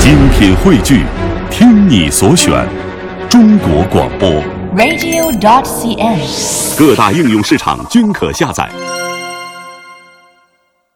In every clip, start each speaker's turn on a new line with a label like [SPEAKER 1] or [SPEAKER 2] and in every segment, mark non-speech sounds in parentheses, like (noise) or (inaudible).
[SPEAKER 1] 精品汇聚，听你所选，中国广播。
[SPEAKER 2] radio.cn。
[SPEAKER 1] 各大应用市场均可下载。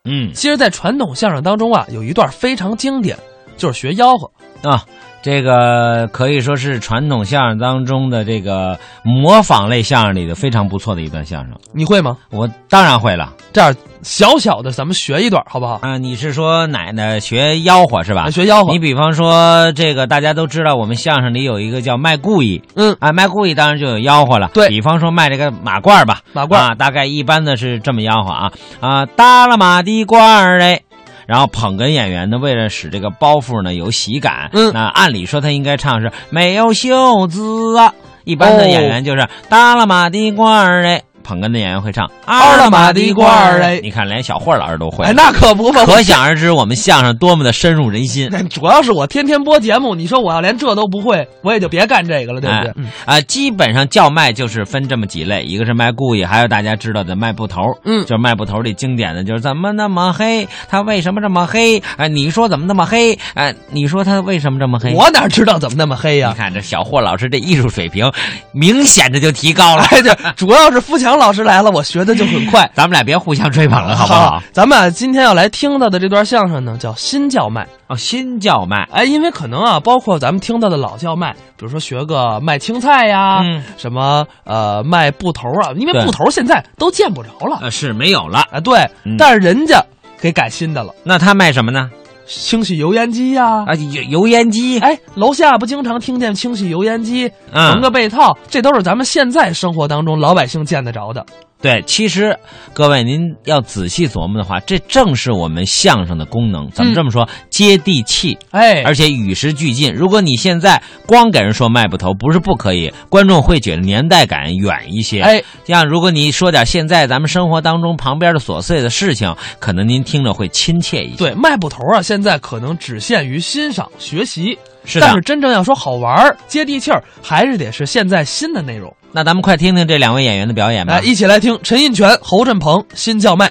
[SPEAKER 3] 嗯
[SPEAKER 4] 其实，在传统相声当中啊，有一段非常经典，就是学吆喝。
[SPEAKER 3] 啊，这个可以说是传统相声当中的这个模仿类相声里的非常不错的一段相声。
[SPEAKER 4] 你会吗？
[SPEAKER 3] 我当然会了
[SPEAKER 4] 这样小小的，咱们学一段好不好？
[SPEAKER 3] 啊！你是说奶奶学吆喝是吧？
[SPEAKER 4] 啊学吆喝
[SPEAKER 3] 啊你比方说这个，大家都知道我们相声里有一个叫卖故意。
[SPEAKER 4] 嗯，
[SPEAKER 3] 啊，卖故意当然就有吆喝了。
[SPEAKER 4] 对
[SPEAKER 3] 比方说卖这个马褂儿吧，
[SPEAKER 4] 马褂儿
[SPEAKER 3] 啊，大概一般的是这么吆喝啊啊，耷拉马的褂儿嘞。然后捧哏演员呢，为了使这个包袱呢有喜感，
[SPEAKER 4] 嗯
[SPEAKER 3] 那按理说他应该唱是没有袖子啊。一般
[SPEAKER 4] 哦
[SPEAKER 3] 的演员就是耷拉马的褂儿嘞，捧哏的演员会唱
[SPEAKER 4] 二拉马的褂儿嘞
[SPEAKER 3] 你看，连小霍老师都会
[SPEAKER 4] 哎，，那可不嘛！
[SPEAKER 3] 可想而知我们相声多么的深入人
[SPEAKER 4] (laughs)
[SPEAKER 3] 心。
[SPEAKER 4] 那主要是我天天播节目，你说我要连这都不会，我也就别干这个了，对不对？嗯
[SPEAKER 3] 啊、基本上叫卖就是分这么几类，一个是卖故意，还有大家知道的卖布头。
[SPEAKER 4] 嗯
[SPEAKER 3] 就是卖布头里经典的就是怎么那么黑，他为什么这么黑？啊、你说怎么那么黑？啊、你说他为什么这么黑？
[SPEAKER 4] 嗯我哪知道怎么那么黑
[SPEAKER 3] 你
[SPEAKER 4] 呀、
[SPEAKER 3] 看这小霍老师这艺术水平，明显的就提高了。。
[SPEAKER 4] 哎，这主要是付强老师来了，我学的就很快
[SPEAKER 3] 咱们俩别互相吹捧了， (laughs) 好不好？
[SPEAKER 4] 咱们啊，今天要来听到的这段相声呢，叫新叫卖。
[SPEAKER 3] 哦，新叫卖，
[SPEAKER 4] 哎，因为可能啊，包括咱们听到的老叫卖，比如说学个卖青菜呀，
[SPEAKER 3] 嗯
[SPEAKER 4] 什么呃卖布头啊，因
[SPEAKER 3] 对
[SPEAKER 4] 为布头现在都见不着了
[SPEAKER 3] 呃，是没有了。
[SPEAKER 4] 啊。对，
[SPEAKER 3] 嗯
[SPEAKER 4] 但是人家给改新的了，
[SPEAKER 3] 那他卖什么呢？
[SPEAKER 4] 清洗油烟机呀。
[SPEAKER 3] 啊，油油烟机，
[SPEAKER 4] 哎，楼下不经常听见清洗油烟机、
[SPEAKER 3] 嗯
[SPEAKER 4] 缝个被套，这都是咱们现在生活当中老百姓见得着的。
[SPEAKER 3] 对，其实各位您要仔细琢磨的话，这正是我们相声的功能。咱
[SPEAKER 4] 嗯
[SPEAKER 3] 们这么说，接地气，
[SPEAKER 4] 哎，
[SPEAKER 3] 而且与时俱进。如果你现在光给人说卖布头，不是不可以，观众会觉得年代感远一些。，
[SPEAKER 4] 哎，
[SPEAKER 3] 像如果你说点现在咱们生活当中旁边的琐碎的事情，可能您听着会亲切一些。，
[SPEAKER 4] 对，卖布头啊，现在可能只限于欣赏学习，
[SPEAKER 3] 是的
[SPEAKER 4] 但是真正要说好玩儿、接地气儿，还是得是现在新的内容。
[SPEAKER 3] 那咱们快听听这两位演员的表演吧。
[SPEAKER 4] 来，一起来听陈印泉、侯振鹏新叫卖。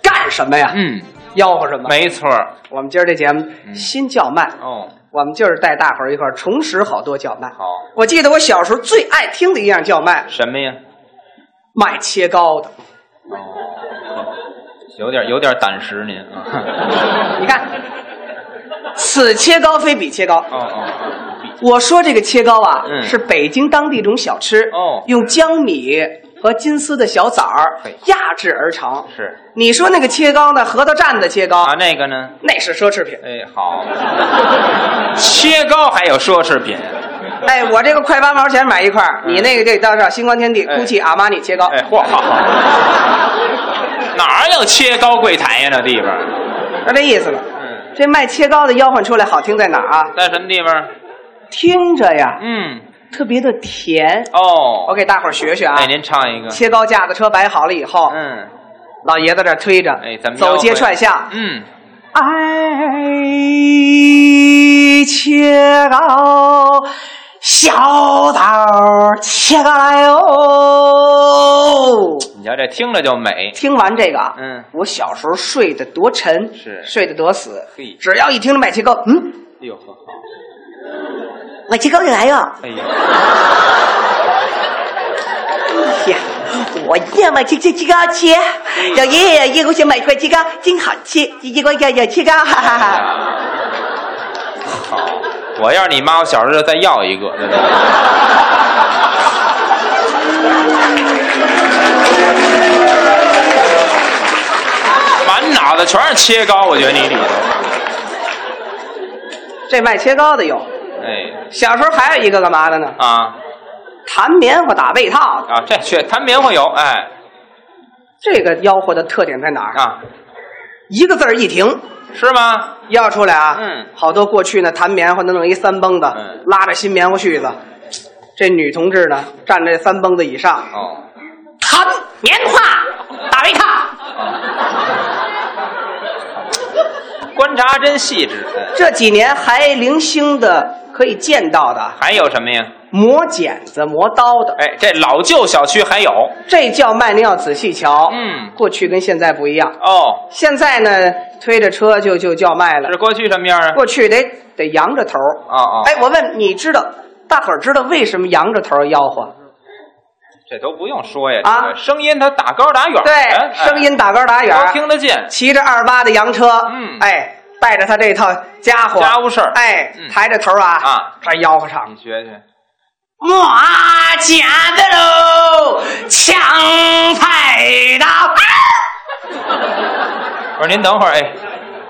[SPEAKER 5] 干什么呀？
[SPEAKER 6] 嗯，
[SPEAKER 5] 吆喝什么？
[SPEAKER 6] 没错嗯儿
[SPEAKER 5] 我们今儿这节目新叫卖，
[SPEAKER 6] 哦，
[SPEAKER 5] 我们就是带大伙儿一块儿重拾好多叫卖。
[SPEAKER 6] 好，
[SPEAKER 5] 我记得我小时候最爱听的一样叫卖，
[SPEAKER 6] 什么呀？
[SPEAKER 5] 卖切糕的。
[SPEAKER 6] 哦有点有点胆识您啊。
[SPEAKER 5] (laughs) 你看，此切糕非彼切糕。
[SPEAKER 6] 哦 (laughs) 哦，
[SPEAKER 5] 我说这个切糕啊，
[SPEAKER 6] 嗯
[SPEAKER 5] 是北京当地一种小吃，
[SPEAKER 6] 哦
[SPEAKER 5] 用江米和金丝的小枣儿
[SPEAKER 6] 嘿
[SPEAKER 5] 压制而成。
[SPEAKER 6] 是
[SPEAKER 5] 你说那个切糕呢？核桃蘸的切糕，
[SPEAKER 6] 啊，那个呢？
[SPEAKER 5] 那是奢侈品。
[SPEAKER 6] 哎， (laughs) 好，切糕还有奢侈品，
[SPEAKER 5] 哎，我这个快八毛钱买一块儿，你那个得到这儿星光天地、
[SPEAKER 6] 嗯哎
[SPEAKER 5] GUCCI、阿玛尼切糕。
[SPEAKER 6] 哎，嚯， (laughs) 好好哪儿有切糕柜台呀？那地方，
[SPEAKER 5] 那这意思了。
[SPEAKER 6] 嗯，
[SPEAKER 5] 这卖切糕的吆喝出来好听在哪儿啊？
[SPEAKER 6] 在什么地方？
[SPEAKER 5] 听着呀，
[SPEAKER 6] 嗯，
[SPEAKER 5] 特别的甜。我
[SPEAKER 6] 哦，
[SPEAKER 5] 给大伙儿学学啊。
[SPEAKER 6] 哎，您唱一个，
[SPEAKER 5] 切糕架子车摆好了以后，
[SPEAKER 6] 嗯，
[SPEAKER 5] 老爷子这儿推着，
[SPEAKER 6] 哎，咱们
[SPEAKER 5] 走街
[SPEAKER 6] 吆喝
[SPEAKER 5] 串巷，
[SPEAKER 6] 嗯，
[SPEAKER 5] 哎，切糕，小刀切糕来哦。
[SPEAKER 6] 你瞧这听着就美，
[SPEAKER 5] 听完这个啊，
[SPEAKER 6] 嗯
[SPEAKER 5] 我小时候睡得多沉，
[SPEAKER 6] 是
[SPEAKER 5] 睡得多死
[SPEAKER 6] 嘿，
[SPEAKER 5] 只要一听着卖切糕，嗯，
[SPEAKER 6] 哎呦，呵好，
[SPEAKER 5] 卖切糕就来哟，
[SPEAKER 6] 哎呦，
[SPEAKER 5] 呀，我一定要买切切切糕吃，
[SPEAKER 6] 哎
[SPEAKER 5] 老爷爷爷，我想买一块切糕，真好吃，一块要要切糕，哈哈
[SPEAKER 6] 哎
[SPEAKER 5] 哈。
[SPEAKER 6] 我要是你妈，我小时候就再要一个，真的。 (laughs) 满脑子全是切糕，我觉得你里头。
[SPEAKER 5] 这卖切糕的有，
[SPEAKER 6] 哎，
[SPEAKER 5] 小时候还有一个干嘛的呢？
[SPEAKER 6] 啊
[SPEAKER 5] 弹棉花打被套的，
[SPEAKER 6] 啊，这确弹棉花有，哎
[SPEAKER 5] 这个吆喝的特点在哪儿？
[SPEAKER 6] 啊，
[SPEAKER 5] 一个字儿一停。
[SPEAKER 6] 是吗？
[SPEAKER 5] 要出来啊！
[SPEAKER 6] 嗯
[SPEAKER 5] 好多过去呢，弹棉花的弄一三蹦子，
[SPEAKER 6] 嗯
[SPEAKER 5] 拉着新棉花絮子。这女同志呢，站在三蹦子以上，
[SPEAKER 6] 哦，
[SPEAKER 5] 弹棉花，打围抗。
[SPEAKER 6] 哦观察真细致。哎哎
[SPEAKER 5] 这几年还零星的可以见到的，
[SPEAKER 6] 还有什么呀？
[SPEAKER 5] 磨剪子、磨刀的，
[SPEAKER 6] 哎，这老旧小区还有
[SPEAKER 5] 这叫卖，您要仔细瞧。
[SPEAKER 6] 嗯
[SPEAKER 5] 过去跟现在不一样，
[SPEAKER 6] 哦，
[SPEAKER 5] 现在呢，推着车就就叫卖了
[SPEAKER 6] 是，过去什么样啊？
[SPEAKER 5] 过去得得扬着头。
[SPEAKER 6] 哦哦，
[SPEAKER 5] 哎，我问你知道，大伙儿知道为什么扬着头吆喝？
[SPEAKER 6] 这都不用说呀，
[SPEAKER 5] 啊
[SPEAKER 6] 这个声音它打高打远 (laughs) 儿，哎
[SPEAKER 5] 对，声音打高打远儿，
[SPEAKER 6] 都听得见。
[SPEAKER 5] 骑着二八的洋车，
[SPEAKER 6] 嗯
[SPEAKER 5] 哎，带着他这套家伙，
[SPEAKER 6] 家务事儿
[SPEAKER 5] 哎
[SPEAKER 6] 嗯，
[SPEAKER 5] 抬着头啊，
[SPEAKER 6] 啊，
[SPEAKER 5] 这吆喝上
[SPEAKER 6] 你，学学，
[SPEAKER 5] 磨剪子喽，抢菜刀，啊
[SPEAKER 6] 不是您等会儿，哎，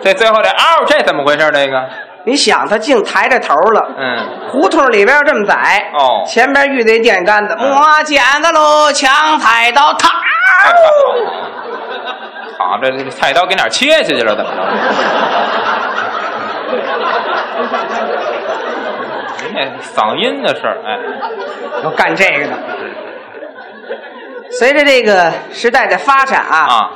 [SPEAKER 6] 这最后这嗷，这怎么回事？这个，
[SPEAKER 5] 你想他竟抬着头了。
[SPEAKER 6] 嗯，
[SPEAKER 5] 胡同里边这么窄
[SPEAKER 6] 哦嗯
[SPEAKER 5] 前边遇得一电杆子，磨剪子喽，抢菜刀，嘡，
[SPEAKER 6] 哎好，这这菜刀给哪儿切下去了？怎么着？您这嗓音的事儿，哎，
[SPEAKER 5] 有干这个的。随着这个时代的发展
[SPEAKER 6] 啊，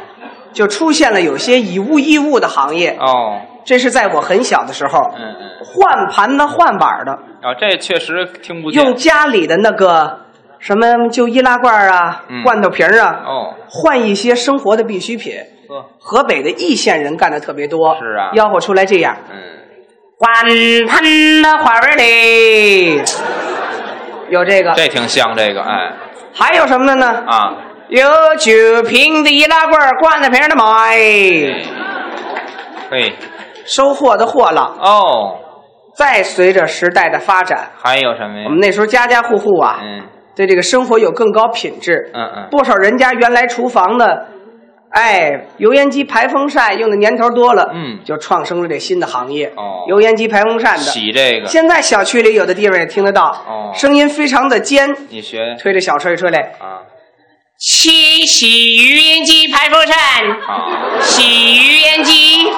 [SPEAKER 5] 就出现了有些以物易物的行业。
[SPEAKER 6] 哦，
[SPEAKER 5] 这是在我很小的时候，
[SPEAKER 6] 嗯嗯，
[SPEAKER 5] 换盘的、换碗的，
[SPEAKER 6] 啊，这确实听不见。
[SPEAKER 5] 用家里的那个什么就易拉罐啊、
[SPEAKER 6] 嗯
[SPEAKER 5] 罐头瓶啊，
[SPEAKER 6] 哦，
[SPEAKER 5] 换一些生活的必需品。
[SPEAKER 6] 呵，
[SPEAKER 5] 河北的易县人干的特别多，
[SPEAKER 6] 是啊
[SPEAKER 5] 吆喝出来这样：
[SPEAKER 6] 嗯，
[SPEAKER 5] 换盘的花盆
[SPEAKER 6] (laughs)
[SPEAKER 5] 里，有这个，
[SPEAKER 6] 这挺像这个，哎，
[SPEAKER 5] 还有什么的呢？
[SPEAKER 6] 啊，
[SPEAKER 5] 有酒瓶的易拉罐、罐子瓶的买，
[SPEAKER 6] 嘿，
[SPEAKER 5] 收获的货了。
[SPEAKER 6] 哦，
[SPEAKER 5] 再随着时代的发展，
[SPEAKER 6] 还有什么
[SPEAKER 5] 我们
[SPEAKER 6] 呀？
[SPEAKER 5] 那时候家家户户啊，
[SPEAKER 6] 嗯
[SPEAKER 5] 对这个生活有更高品质。
[SPEAKER 6] 嗯嗯，
[SPEAKER 5] 不少人家原来厨房的，哎，油烟机、排风扇用的年头多了，
[SPEAKER 6] 嗯
[SPEAKER 5] 就创生了这新的行业。
[SPEAKER 6] 哦
[SPEAKER 5] 油烟机、排风扇的，
[SPEAKER 6] 洗这个，
[SPEAKER 5] 现在小区里有的地方也听得到，
[SPEAKER 6] 哦
[SPEAKER 5] 声音非常的尖，
[SPEAKER 6] 你学
[SPEAKER 5] 推着小车一出来，
[SPEAKER 6] 啊，
[SPEAKER 5] 洗洗油烟机、排风扇，
[SPEAKER 6] 好，
[SPEAKER 5] 洗油烟机。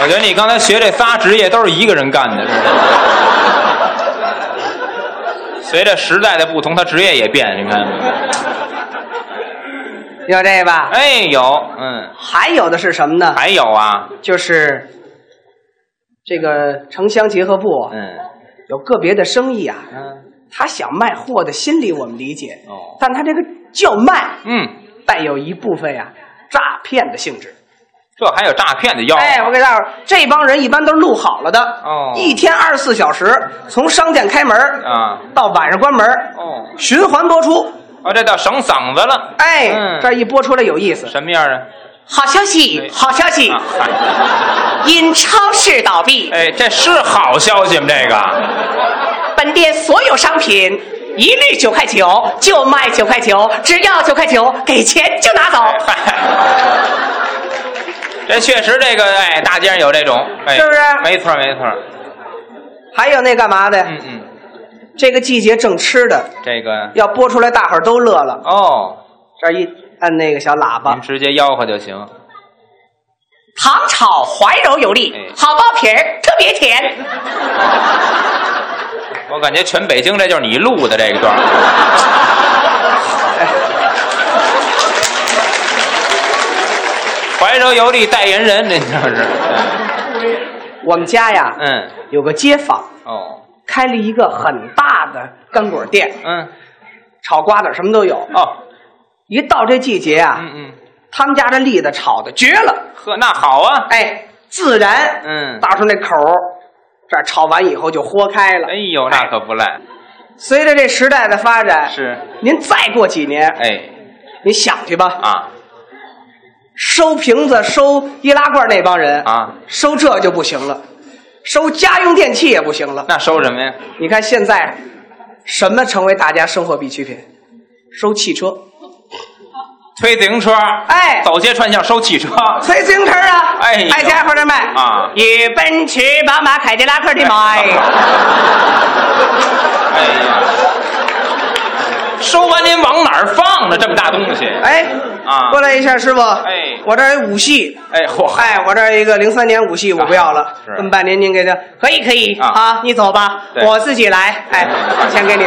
[SPEAKER 6] 我觉得你刚才学这仨职业都是一个人干的，是吧？随着时代的不同，他职业也变，你看见没？
[SPEAKER 5] 有这吧？
[SPEAKER 6] 哎，有，嗯，
[SPEAKER 5] 还有的是什么呢？
[SPEAKER 6] 还有啊，
[SPEAKER 5] 就是这个城乡结合部啊
[SPEAKER 6] 嗯
[SPEAKER 5] 有个别的生意啊，
[SPEAKER 6] 嗯
[SPEAKER 5] 他想卖货的心理我们理解，
[SPEAKER 6] 哦
[SPEAKER 5] 但他这个叫卖
[SPEAKER 6] 嗯，
[SPEAKER 5] 带有一部分呀、诈骗的性质。
[SPEAKER 6] 哦这还有诈骗的药，
[SPEAKER 5] 哎，我给大伙儿，这帮人一般都是录好了的，
[SPEAKER 6] 哦
[SPEAKER 5] 一天二十四小时，从商店开门儿
[SPEAKER 6] 啊，
[SPEAKER 5] 到晚上关门儿，
[SPEAKER 6] 哦
[SPEAKER 5] 循环播出。
[SPEAKER 6] 哦，这叫省嗓子了，
[SPEAKER 5] 哎，
[SPEAKER 6] 嗯
[SPEAKER 5] 这一播出来有意思。
[SPEAKER 6] 什么样啊？
[SPEAKER 5] 好消息，好消息，
[SPEAKER 6] 啊嗨
[SPEAKER 5] 因超市倒闭，
[SPEAKER 6] 哎，这是好消息吗？这个
[SPEAKER 5] 本店所有商品一律九块九，就卖九块九，只要九块九，给钱就拿走。
[SPEAKER 6] 哎嗨这确实这个哎，大街上有这种，哎，
[SPEAKER 5] 是不是
[SPEAKER 6] 没错没错，
[SPEAKER 5] 还有那干嘛的？
[SPEAKER 6] 嗯嗯，
[SPEAKER 5] 这个季节正吃的，
[SPEAKER 6] 这个
[SPEAKER 5] 要播出来，大伙儿都乐了。
[SPEAKER 6] 哦，
[SPEAKER 5] 这一按那个小喇叭
[SPEAKER 6] 您，直接吆喝就行。
[SPEAKER 5] 糖炒怀柔有力
[SPEAKER 6] 哎
[SPEAKER 5] 好包皮儿特别甜。
[SPEAKER 6] 我感觉全北京这就是你录的这一段儿，怀柔邮递代言人，您这是，
[SPEAKER 5] 我们家呀，
[SPEAKER 6] 嗯，
[SPEAKER 5] 有个街坊
[SPEAKER 6] 哦，
[SPEAKER 5] 开了一个很大的干果店，
[SPEAKER 6] 嗯，
[SPEAKER 5] 炒瓜子儿什么都有。
[SPEAKER 6] 哦，
[SPEAKER 5] 一到这季节啊，
[SPEAKER 6] 嗯嗯，
[SPEAKER 5] 他们家这栗子炒的绝了，
[SPEAKER 6] 呵，那好啊，
[SPEAKER 5] 哎，自然，
[SPEAKER 6] 嗯
[SPEAKER 5] 大出那口儿，这儿炒完以后就豁开了。
[SPEAKER 6] 哎呦，那可不赖，
[SPEAKER 5] 随着这时代的发展，
[SPEAKER 6] 是，
[SPEAKER 5] 您再过几年，
[SPEAKER 6] 哎，
[SPEAKER 5] 您想去吧，
[SPEAKER 6] 啊
[SPEAKER 5] 收瓶子、收易拉罐那帮人，
[SPEAKER 6] 啊，
[SPEAKER 5] 收这就不行了，收家用电器也不行了。
[SPEAKER 6] 那收什么呀？
[SPEAKER 5] 你看现在，什么成为大家生活必需品？收汽车，
[SPEAKER 6] 推自行车，
[SPEAKER 5] 哎
[SPEAKER 6] 走街串巷收
[SPEAKER 5] (laughs)
[SPEAKER 6] 汽车，
[SPEAKER 5] 推自行车啊，
[SPEAKER 6] 哎呦
[SPEAKER 5] 挨家伙的卖
[SPEAKER 6] 啊
[SPEAKER 5] 以奔驰、宝马、凯迪拉克的买，
[SPEAKER 6] 哎呀，收完您往哪儿放呢？这么大东西，
[SPEAKER 5] 哎，
[SPEAKER 6] 啊
[SPEAKER 5] 过来一下，师傅，
[SPEAKER 6] 哎
[SPEAKER 5] 我这儿有五系。
[SPEAKER 6] 哎嚯，
[SPEAKER 5] 哎，我这儿一个零三年五系我不要了，
[SPEAKER 6] 是
[SPEAKER 5] 这么半年您给他可以可以
[SPEAKER 6] 啊
[SPEAKER 5] 你走吧，
[SPEAKER 6] 对
[SPEAKER 5] 我自
[SPEAKER 6] (laughs)
[SPEAKER 5] 己来，哎，钱给你，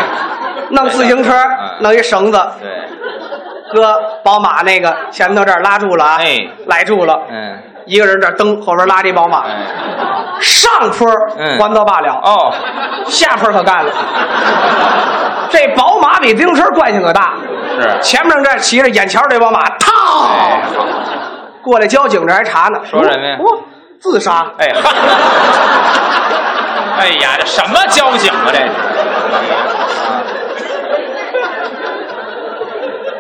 [SPEAKER 5] 弄自行车
[SPEAKER 6] 嗯，
[SPEAKER 5] 弄一绳子，
[SPEAKER 6] 对，
[SPEAKER 5] 哥，宝马那个前头这儿拉住了啊，
[SPEAKER 6] 哎
[SPEAKER 5] 来住了，
[SPEAKER 6] 嗯，
[SPEAKER 5] 一个人这儿蹬，后边拉着一宝马，
[SPEAKER 6] 哎，
[SPEAKER 5] 上坡
[SPEAKER 6] 嗯
[SPEAKER 5] 还倒罢了，
[SPEAKER 6] 哦，
[SPEAKER 5] (laughs) 下坡可干了。这宝马比自行车惯性可大，
[SPEAKER 6] 是，
[SPEAKER 5] 前面这骑着眼瞧这宝马，
[SPEAKER 6] 哎
[SPEAKER 5] 嘡，
[SPEAKER 6] 好
[SPEAKER 5] 过来交警这还查呢，
[SPEAKER 6] 说什么呀
[SPEAKER 5] 哦，自杀。
[SPEAKER 6] 哎哈，哎呀，这什么交警啊，这是？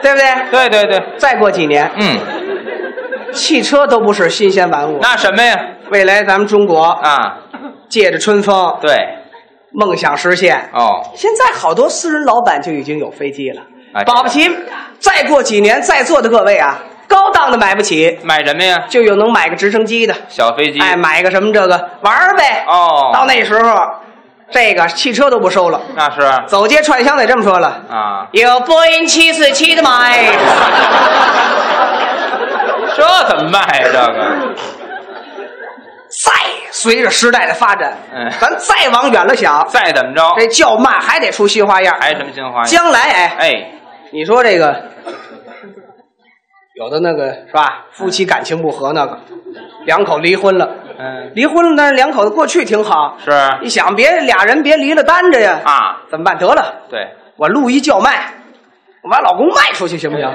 [SPEAKER 5] 对不对？
[SPEAKER 6] 对对对，
[SPEAKER 5] 再过几年，
[SPEAKER 6] 嗯，
[SPEAKER 5] 汽车都不是新鲜玩物。
[SPEAKER 6] 那什么呀？
[SPEAKER 5] 未来咱们中国
[SPEAKER 6] 啊，
[SPEAKER 5] 借着春风，
[SPEAKER 6] 对，
[SPEAKER 5] 梦想实现。
[SPEAKER 6] 哦，
[SPEAKER 5] 现在好多私人老板就已经有飞机了
[SPEAKER 6] 啊，
[SPEAKER 5] 保不齐再过几年，在座的各位啊，高档的买不起，
[SPEAKER 6] 买什么呀？
[SPEAKER 5] 就有能买个直升机的，
[SPEAKER 6] 小飞机。
[SPEAKER 5] 哎，买个什么这个玩儿呗。
[SPEAKER 6] 哦，
[SPEAKER 5] 到那时候，这个汽车都不收了，
[SPEAKER 6] 那是
[SPEAKER 5] 走街串巷得这么说了。
[SPEAKER 6] 啊，
[SPEAKER 5] 有波音七四七的哎买，
[SPEAKER 6] 这怎么卖呀？这个，
[SPEAKER 5] 再随着时代的发展，
[SPEAKER 6] 嗯
[SPEAKER 5] 咱再往远了想，
[SPEAKER 6] 再怎么着，
[SPEAKER 5] 这叫卖还得出新花样。
[SPEAKER 6] 还什么新花样？
[SPEAKER 5] 将来哎，
[SPEAKER 6] 哎，
[SPEAKER 5] 你说这个，有的那个是吧？夫妻感情不和，那个两口离婚了，
[SPEAKER 6] 嗯，
[SPEAKER 5] 离婚了，但是两口子过去挺好。
[SPEAKER 6] 是
[SPEAKER 5] 一想别俩人别离了单着呀，
[SPEAKER 6] 啊，
[SPEAKER 5] 怎么办？得了，
[SPEAKER 6] 对，
[SPEAKER 5] 我录一叫卖，我把老公卖出去行不
[SPEAKER 6] 哎
[SPEAKER 5] 行？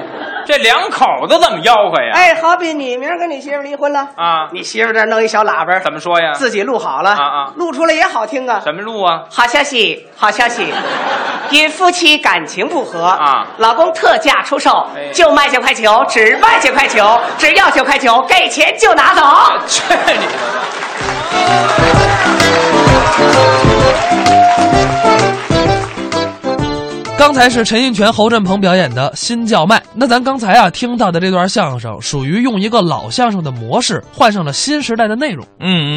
[SPEAKER 6] 这两口子怎么吆喝呀？
[SPEAKER 5] 哎，好比你明儿跟你媳妇离婚了，
[SPEAKER 6] 啊，
[SPEAKER 5] 哎你媳妇这儿弄一小喇叭，
[SPEAKER 6] 怎么说呀？
[SPEAKER 5] 自己录好了，
[SPEAKER 6] 啊啊
[SPEAKER 5] 录出来也好听啊。
[SPEAKER 6] 什么路啊？
[SPEAKER 5] 好消息，好消
[SPEAKER 6] (laughs)
[SPEAKER 5] 息，因夫妻感情不和
[SPEAKER 6] 啊
[SPEAKER 5] 老公特价出售
[SPEAKER 6] 哎
[SPEAKER 5] 就卖九块九，只卖九块九，只要九块九，给钱就拿走。
[SPEAKER 6] 去你！
[SPEAKER 4] 刚才是陈印泉、侯振鹏表演的《新叫卖》。那咱刚才啊听到的这段相声，属于用一个老相声的模式换上了新时代的内容。
[SPEAKER 7] 嗯嗯。